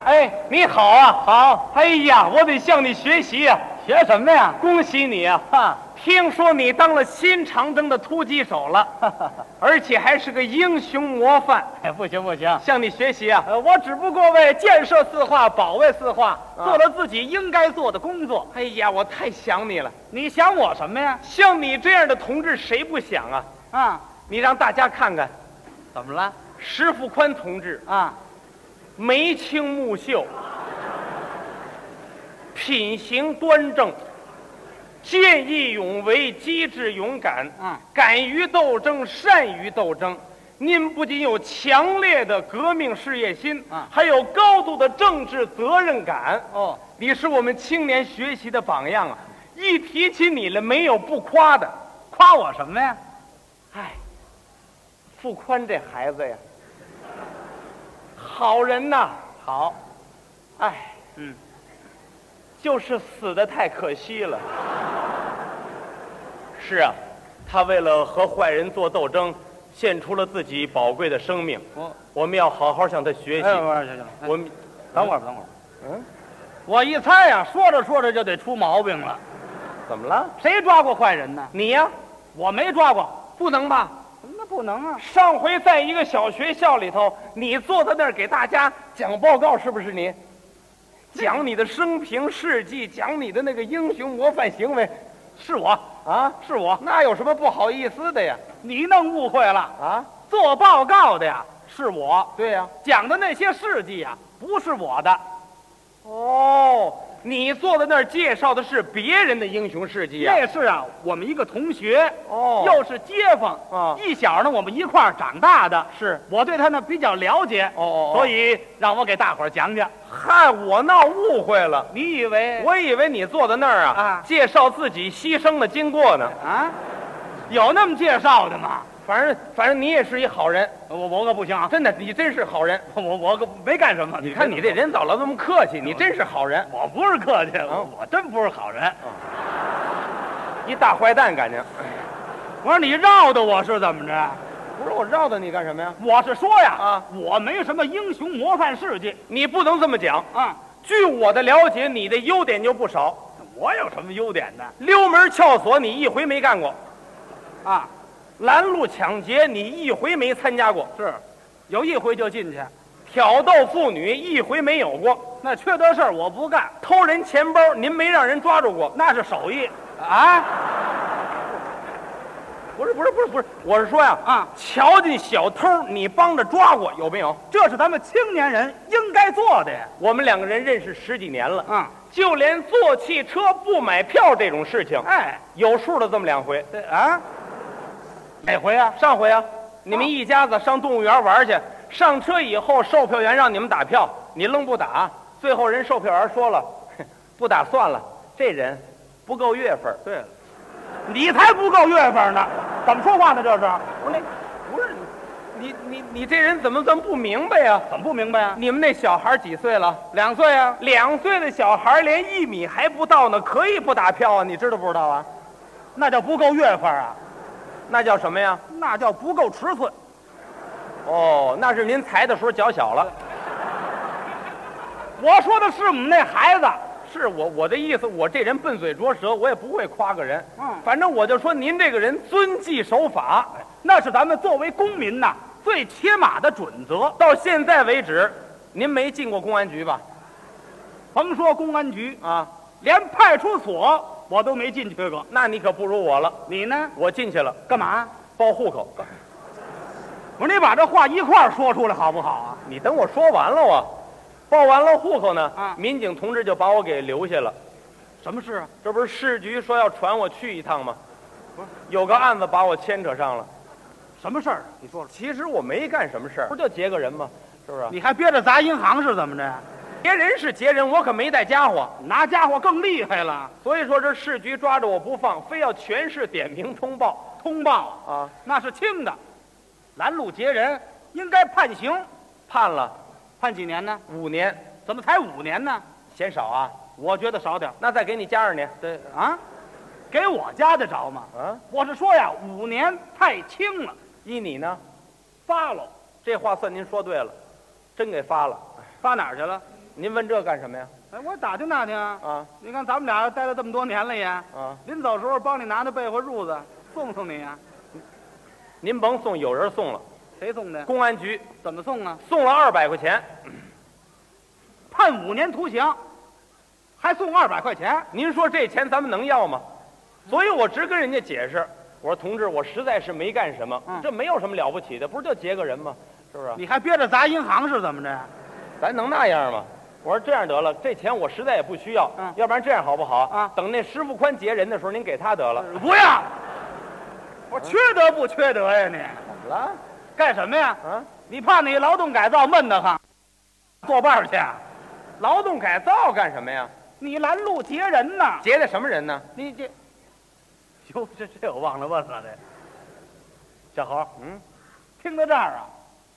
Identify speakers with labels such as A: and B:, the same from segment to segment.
A: 哎，你好啊，
B: 好，
A: 哎呀，我得向你学习呀、
B: 学什么呀？
A: 恭喜你啊！
B: 哈，
A: 听说你当了新长征的突击手 了，而且还是个英雄模范，
B: 哎，不行不行，
A: 向你学习啊！
B: 呃，我只不过为建设四化、保卫四化做了自己应该做的工作。
A: 啊哎呀，我太想你了，
B: 你想我什么呀？
A: 像你这样的同志谁不想啊？
B: 啊，
A: 你让大家看看，
B: 怎么了？
A: 石富宽同志
B: 啊，
A: 眉清目秀，品行端正，见义勇为，机智勇敢，
B: 嗯，
A: 敢于斗争，善于斗争。您不仅有强烈的革命事业心，
B: 嗯
A: 还有高度的政治责任感。
B: 哦，
A: 你是我们青年学习的榜样啊！一提起你来，没有不夸的。
B: 夸我什么呀？
A: 哎，傅宽这孩子呀，好人呐，
B: 好，
A: 哎，
B: 嗯，
A: 就是死的太可惜了。是啊，他为了和坏人做斗争，献出了自己宝贵的生命。
B: 我，
A: 我们要好好向他学
B: 哎，
A: 习。
B: 我行行，哎
A: 我们
B: 等会儿吧等会儿。
A: 嗯，
B: 我一猜呀、说着说着就得出毛病了。
A: 怎么了？
B: 谁抓过坏人呢？
A: 你呀、
B: 我没抓过，
A: 不能吧？
B: 那不能啊。
A: 上回在一个小学校里头，你坐在那儿给大家讲报告，是不是你？讲你的生平事迹，讲你的那个英雄模范行为，
B: 是我，
A: 啊，
B: 是我，
A: 那有什么不好意思的呀？
B: 你弄误会了。
A: 啊，
B: 做报告的呀，是我。
A: 对呀、
B: 讲的那些事迹呀、不是我的，
A: 哦，你坐在那儿介绍的是别人的英雄事迹呀、
B: 那是啊，我们一个同学，
A: 哦又
B: 又是街坊，
A: 啊
B: 一小呢我们一块儿长大的，
A: 是
B: 我对他呢比较了解，
A: 哦哦哦
B: 所以让我给大伙儿讲讲。
A: 害我闹误会了，
B: 你以为
A: 我以为你坐在那儿啊，
B: 啊
A: 介绍自己牺牲的经过呢。
B: 啊，有那么介绍的吗？
A: 反正反正你也是一好人，
B: 我我可不行啊，
A: 真的，你真是好人。
B: 我我可没干什么。
A: 你看你这
B: 人，
A: 人怎么这么客气？你真是好人，
B: 我不是客气，
A: 啊
B: 我我真不是好人。
A: 一大坏蛋，感情。
B: 我说你绕的我是怎么着？
A: 不是我绕的你干什么呀？
B: 我是说呀，
A: 啊，
B: 我没什么英雄模范事迹
A: 你不能这么讲。
B: 啊，
A: 据我的了解，你的优点就不少，
B: 我有什么优点呢？
A: 溜门撬锁你一回没干过，
B: 啊，
A: 拦路抢劫你一回没参加过，
B: 是，有一回就进去，
A: 挑逗妇女一回没有过，
B: 那缺德事儿我不干，
A: 偷人钱包您没让人抓住过，
B: 那是手艺啊
A: 不是不是不是不是，我是说呀，
B: 啊！
A: 瞧见小偷你帮着抓过有没有？
B: 这是咱们青年人应该做的呀。
A: 我们两个人认识十几年了，
B: 啊，
A: 就连坐汽车不买票这种事情
B: 哎，
A: 有数的这么两回。
B: 这啊，哪回啊？
A: 上回啊，你们一家子上动物园玩去，上车以后，售票员让你们打票，你愣不打，最后人售票员说了， 哼不打算了，这人不够月份儿。
B: 对了，你才不够月份呢，怎么说话呢？这是
A: 不是，不是，你你你这人怎么这么不明白呀、
B: 怎么不明白啊呀？
A: 你们那小孩几岁了？
B: 两岁啊，
A: 两岁的小孩连一米还不到呢，可以不打票啊？你知道不知道啊？
B: 那叫不够月份啊，
A: 那叫什么呀？
B: 那叫不够尺寸。
A: 哦，那是您裁的时候脚小了。
B: 我说的是我们那孩子，
A: 是我我的意思，我这人笨嘴拙舌，我也不会夸个人。
B: 嗯
A: 反正我就说您这个人遵纪守法，
B: 那是咱们作为公民呐最起码的准则。
A: 到现在为止，您没进过公安局吧？
B: 甭说公安局，
A: 啊，
B: 连派出所我都没进去过。
A: 那你可不如我了。
B: 你呢？
A: 我进去了，
B: 干嘛？
A: 报户口。
B: 我说你把这话一块儿说出来好不好啊？
A: 你等我说完了啊，报完了户口呢，
B: 啊
A: 民警同志就把我给留下了。
B: 什么事啊？
A: 这不是市局说要传我去一趟吗？有个案子把我牵扯上了。
B: 什么事儿？啊你说说。
A: 其实我没干什么事儿，不就劫个人吗？是不是？
B: 你还憋着砸银行是怎么着？
A: 劫人是劫人，我可没带家伙。
B: 拿家伙更厉害了，
A: 所以说这市局抓着我不放，非要全市点名通报
B: 通报
A: 啊！
B: 那是轻的，拦路劫人应该判刑，
A: 判了
B: 判几年呢？
A: 五年，
B: 怎么才五年呢？
A: 嫌少啊？
B: 我觉得少点儿。
A: 那再给你加二年。
B: 对啊，给我加得着吗？
A: 啊，
B: 我是说呀，五年太轻了，
A: 依你呢？
B: 发了，
A: 这话算您说对了，真给发了。
B: 发哪儿去了？
A: 您问这干什么呀？
B: 哎，我打听打听啊，
A: 啊
B: 你看咱们俩待了这么多年了也，
A: 啊！
B: 临走时候帮你拿那被和褥子送送你啊，
A: 您甭送，有人送了，
B: 谁送的？
A: 公安局
B: 怎么送啊？
A: 送了二百块钱。
B: 判五年徒刑，还送二百块钱，
A: 您说这钱咱们能要吗？所以我直跟人家解释，我说同志，我实在是没干什么，
B: 嗯
A: 这没有什么了不起的，不是就劫个人吗？是不是？
B: 你还憋着砸银行是怎么着？
A: 咱能那样吗？我说这样得了，这钱我实在也不需要，
B: 嗯
A: 要不然这样好不好？
B: 啊
A: 等那师傅宽劫人的时候，您给他得了。
B: 不要！我缺德不缺德呀你？
A: 怎么了？
B: 干什么呀？
A: 啊，
B: 你怕你劳动改造闷得慌，作伴儿去啊？
A: 劳动改造干什么呀？
B: 你拦路劫人呢？
A: 劫的什么人呢？
B: 你这，哟，这这我忘了问了这。小猴，
A: 嗯，
B: 听到这儿啊，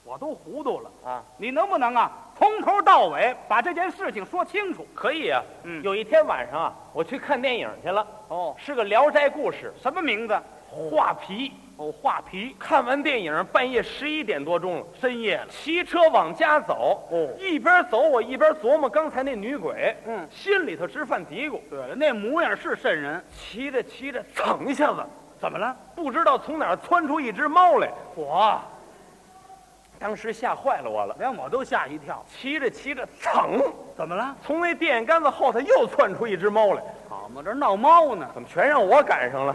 B: 我都糊涂了。
A: 啊，
B: 你能不能啊，从头到尾把这件事情说清楚？
A: 可以啊。
B: 嗯
A: 有一天晚上啊，我去看电影去了，
B: 哦，
A: 是个《聊斋故事
B: 什么名字？》，
A: 画皮。
B: 哦，画皮，
A: 看完电影，半夜十一点多钟了，
B: 深夜了。
A: 骑车往家走，
B: 哦
A: 一边走我一边琢磨刚才那女鬼，
B: 嗯
A: 心里头直犯嘀咕。
B: 对了，那模样是瘆人。
A: 骑着骑着，噌一下子，
B: 怎么了？
A: 不知道从哪儿窜出一只猫来，
B: 我
A: 当时吓坏了我了。
B: 连我都吓一跳。
A: 骑着骑着，噌，
B: 怎么了？
A: 从那电线杆子后头又窜出一只猫来，
B: 好嘛，这闹猫呢，
A: 怎么全让我赶上了？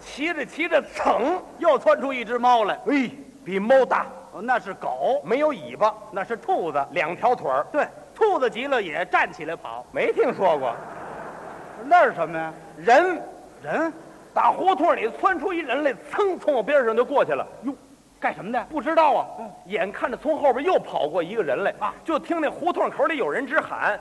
A: 骑着骑着，噌，
B: 又窜出一只猫来。
A: 哎，比猫大，
B: 哦，那是狗，
A: 没有尾巴，
B: 那是兔子。
A: 两条腿儿，
B: 对，兔子急了也站起来跑。
A: 没听说过。
B: 那是什么呀？
A: 人
B: 人
A: 打胡同里窜出一人来，噌，从我边上就过去了。
B: 干什么的？
A: 不知道啊，眼看着从后边又跑过一个人来
B: 啊
A: 就听那胡同口里有人直喊：“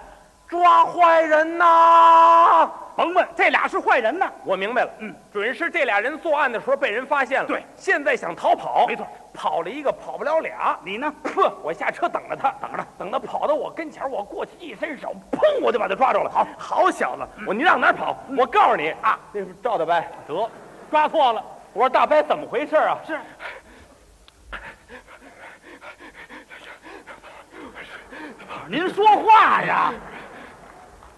A: 抓坏人呐
B: 甭问，这俩是坏人呢。！”
A: 我明白了，嗯，准是这俩人作案的时候被人发现了，
B: 对，
A: 现在想逃跑，
B: 没错，
A: 跑了一个跑不了俩。
B: 你呢？
A: 呵，我下车等着他，等着，等他跑到我跟前儿，我过去一伸手，砰，我就把他抓住了。好，好小子，
B: 嗯
A: 我你让哪儿跑？我告诉你啊，那是赵大伯，
B: 得，
A: 抓错了。我说大伯怎么回事啊？
B: 是。您说话呀，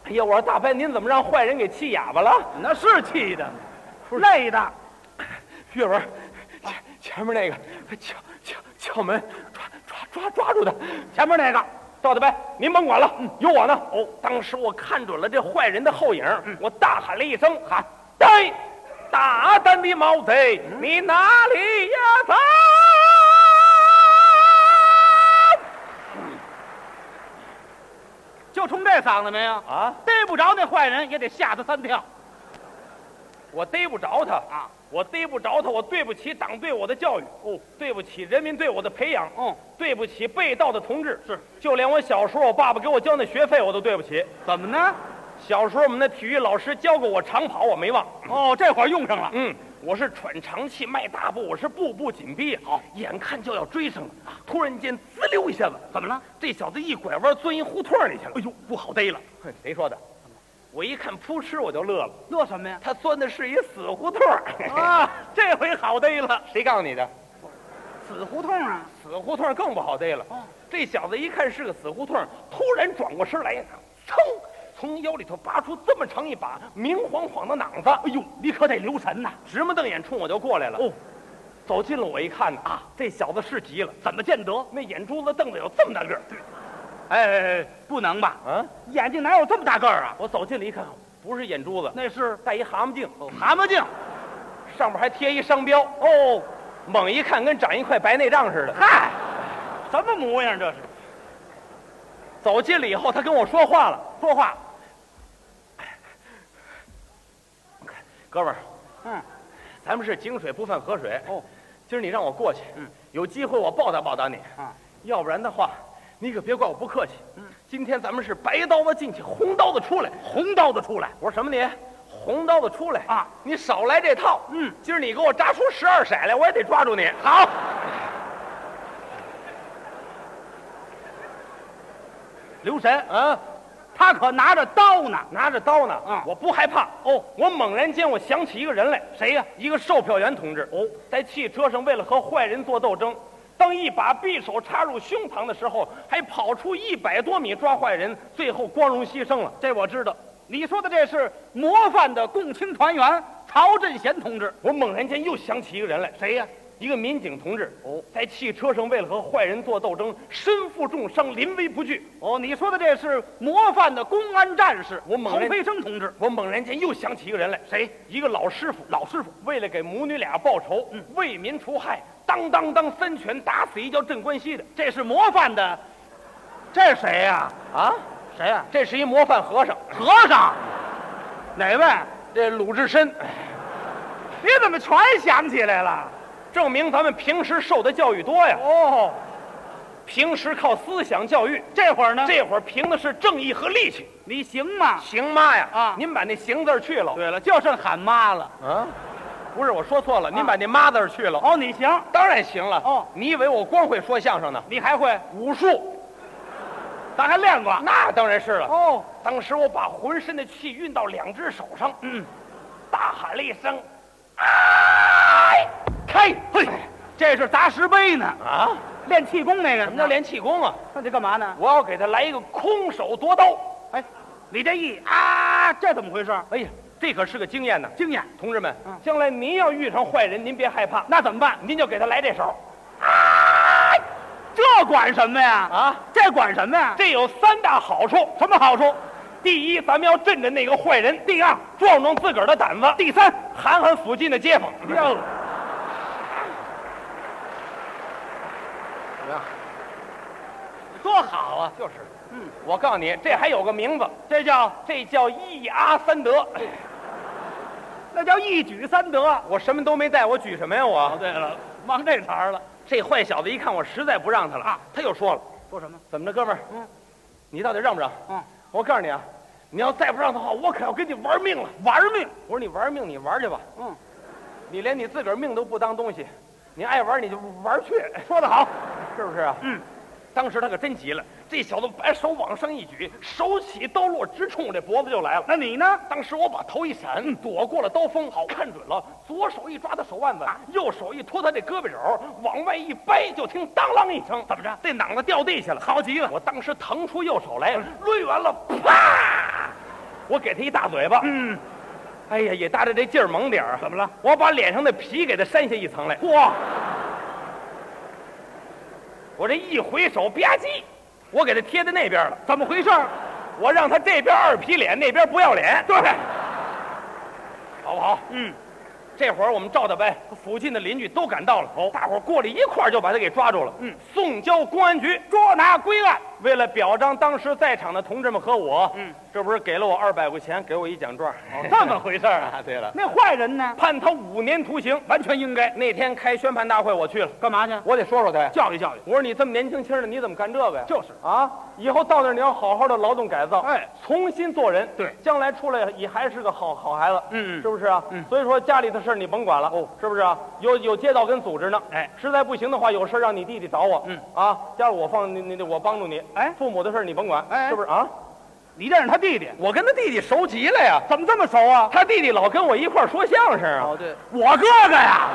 A: 哎呀，我说大伯您怎么让坏人给气哑巴了？
B: 那是气的，累的。
A: 月文，前前面那个撬撬撬门，抓抓抓抓住他！
B: 前面那个，
A: 赵大伯，您甭管了，有我呢。嗯哦，当时我看准了这坏人的后影，我大喊了一声：“喊呆，大胆的毛贼，你哪里呀走？”
B: 就冲这嗓子没有，
A: 啊，
B: 逮不着那坏人也得吓他三跳。
A: 我逮不着他
B: 啊！
A: 我逮不着他，我对不起党对我的教育，哦，对不起人民对我的培养，
B: 嗯，
A: 对不起被盗的同志，
B: 是，
A: 就连我小时候我爸爸给我交那学费我都对不起。
B: 怎么呢？
A: 小时候我们的体育老师教过我长跑，我没忘。
B: 哦，这会儿用上了。
A: 嗯，我是喘长气迈大步，我是步步紧逼。
B: 哦
A: 好，眼看就要追上了，突然间滋溜一下子，
B: 怎么了？
A: 这小子一拐弯钻一胡同里去了。
B: 哎呦，不好逮了。
A: 哼，谁说的？我一看，扑哧我就乐了。
B: 乐什么呀？
A: 他钻的是一死胡同。
B: 啊，这回好逮了，
A: 谁告诉你的？
B: 死胡同啊！
A: 死胡同更不好逮了。
B: 哦
A: 这小子一看是个死胡同，突然转过身来，噌，从腰里头拔出这么长一把明晃晃的榔子。
B: 哎呦，你可得留神呐！
A: 直目瞪眼冲我就过来了。
B: 哦，
A: 走近了我一看呢，啊，这小子是急了，
B: 怎么见得？
A: 那眼珠子瞪得有这么大个儿。
B: 哎哎，哎不能吧？
A: 啊，
B: 眼睛哪有这么大个儿啊？
A: 我走近了一看，不是眼珠子，
B: 那是
A: 戴一蛤蟆镜，
B: 蛤蟆镜。
A: 上面还贴一商标。哦，猛一看跟长一块白内障似的。
B: 嗨，什么模样这是？
A: 走近了以后，他跟我说话了，说话。哥们儿，
B: 嗯，
A: 咱们是井水不犯河水。
B: 哦，
A: 今儿你让我过去，
B: 嗯，
A: 有机会我报答报答你
B: 啊，
A: 要不然的话，你可别怪我不客气。
B: 嗯，
A: 今天咱们是白刀子进去，红刀子出来。
B: 红刀子出来
A: 我说什么你？红刀子出来
B: 啊！
A: 你少来这套。
B: 嗯，
A: 今儿你给我扎出十二色来，我也得抓住你。好。
B: 留神，
A: 啊，
B: 他可拿着刀呢。
A: 拿着刀呢。
B: 啊
A: 我不害怕。哦，我猛然间我想起一个人来，谁呀、一个售票员同志。哦，在汽车上为了和坏人做斗争，当一把匕首插入胸膛的时候，还跑出一百多米抓坏人，最后光荣牺牲了。
B: 这我知道。你说的这是模范的共青团员曹振贤同志。
A: 我猛然间又想起一个人来，谁呀、一个民警同志
B: 哦，
A: 在汽车上为了和坏人做斗争，身负重伤，临危不惧。
B: 哦，你说的这是模范的公安战士，
A: 我猛
B: 彭
A: 然
B: 培生同志。
A: 我猛然间又想起一个人来，谁？一个老师傅，老师傅为了给母女俩报仇，
B: 嗯
A: 为民除害，当当当三拳打死一叫镇关西的
B: 这是模范的，这是谁呀、
A: 啊！
B: 谁呀、
A: 这是一模范和尚，
B: 和尚，哪位？
A: 这鲁智深，
B: 你怎么全想起来了？
A: 证明咱们平时受的教育多呀，
B: 哦，
A: 平时靠思想教育，
B: 这会儿呢？
A: 这会儿凭的是正义和力气。
B: 你行吗？
A: 行妈呀！
B: 啊
A: 您把那行字儿去了。
B: 对了，就剩喊妈了。
A: 啊，不是我说错了，您把那妈字儿去了。
B: 啊哦，你行，
A: 当然行了。
B: 哦
A: 你以为我光会说相声呢？
B: 你还会，
A: 武术
B: 咱还练过。
A: 那当然是了。
B: 哦，
A: 当时我把浑身的气运到两只手上，
B: 嗯，
A: 大喊了一声：“哎！”开！嘿
B: 这是砸石碑呢，
A: 啊！
B: 练气功那个。
A: 什么叫？练气功啊？
B: 那你干嘛呢？
A: 我要给他来一个空手夺刀。
B: 哎，你这一啊，这怎么回事？
A: 哎呀，这可是个经验呐！
B: 经验，
A: 同志们
B: 嗯，
A: 将来您要遇上坏人，您别害怕，
B: 那怎么办？
A: 您就给他来这手
B: 这管什么呀？
A: 啊！
B: 这管什么呀？
A: 这有三大好处，什么好处？第一，咱们要镇着那个坏人；第二，壮壮自个儿的胆子；第三，喊喊附近的街坊。
B: 要
A: 怎么样？
B: 多好啊！
A: 就是，嗯，我告诉你，这还有个名字，
B: 这叫
A: 这叫一阿三德。
B: 那叫一举三得。哦
A: 我什么都没带，我举什么呀？我
B: 对了，忘这茬儿了。
A: 这坏小子一看我实在不让他了，啊、他又说了
B: 说什么？：“
A: 怎么着，哥们儿？
B: 嗯，
A: 你到底让不让？
B: 嗯，
A: 我告诉你啊，你要再不让的话，我可要跟你玩命了。
B: 玩命。
A: 我说你玩命，你玩去吧。
B: 嗯，
A: 你连你自个儿命都不当东西，你爱玩你就玩去，
B: 说得好，
A: 是不是啊？嗯。当时他可真急了，这小子把手往上一举，手起刀落，直冲我这脖子就来了。
B: 那你呢？
A: 当时我把头一闪，躲过了刀锋，好看准了，左手一抓他手腕子，右手一托他这胳膊肘，往外一掰，就听当啷一声，怎么着？这攮子掉地下了，好极了！我嗯当时腾出右手来，抡圆了，啪！我给他一大嘴巴，
B: 嗯，
A: 哎呀，也搭着这劲儿猛点儿啊，
B: 怎么了？
A: 我把脸上的皮给他扇下一层来，
B: 嚯，
A: 我这一回手吧唧，我给他贴在那边了，
B: 怎么回事儿？
A: 我让他这边二皮脸，那边不要脸，对，好不好？
B: 嗯，
A: 这会儿我们赵大伯和附近的邻居都赶到了，哦，大伙儿过来一块儿就把他给抓住了，
B: 嗯，
A: 送交公安局捉拿归案。为了表彰当时在场的同志们和我，
B: 嗯，
A: 这不是给了我二百块钱，给我一奖状，
B: 这么回事儿啊？
A: 啊， 对了，
B: 那坏人呢？
A: 判他五年徒刑，完全应该。那天开宣判大会我去了，
B: 干嘛去？
A: 我得说说他呀。
B: 教育教育。
A: 我说你这么年轻轻的，你怎么干这个呀？
B: 就是
A: 啊，以后到那儿你要好好的劳动改造，
B: 哎，
A: 重新做人，
B: 对
A: 将来出来也还是个好好孩子，
B: 嗯
A: 是不是啊？
B: 嗯
A: 所以说家里的事儿你甭管了，哦，是不是啊？有有街道跟组织呢，
B: 哎，
A: 实在不行的话，有事儿让你弟弟找我，
B: 嗯，
A: 啊，家里我放你你我帮助你，
B: 哎
A: 父母的事儿你甭管，
B: 哎
A: 是不是啊？
B: 你认识他弟弟？
A: 我跟他弟弟熟极了呀，
B: 怎么这么熟啊？哦
A: 他弟弟老跟我一块儿说相声啊，
B: 哦，对，我哥哥呀。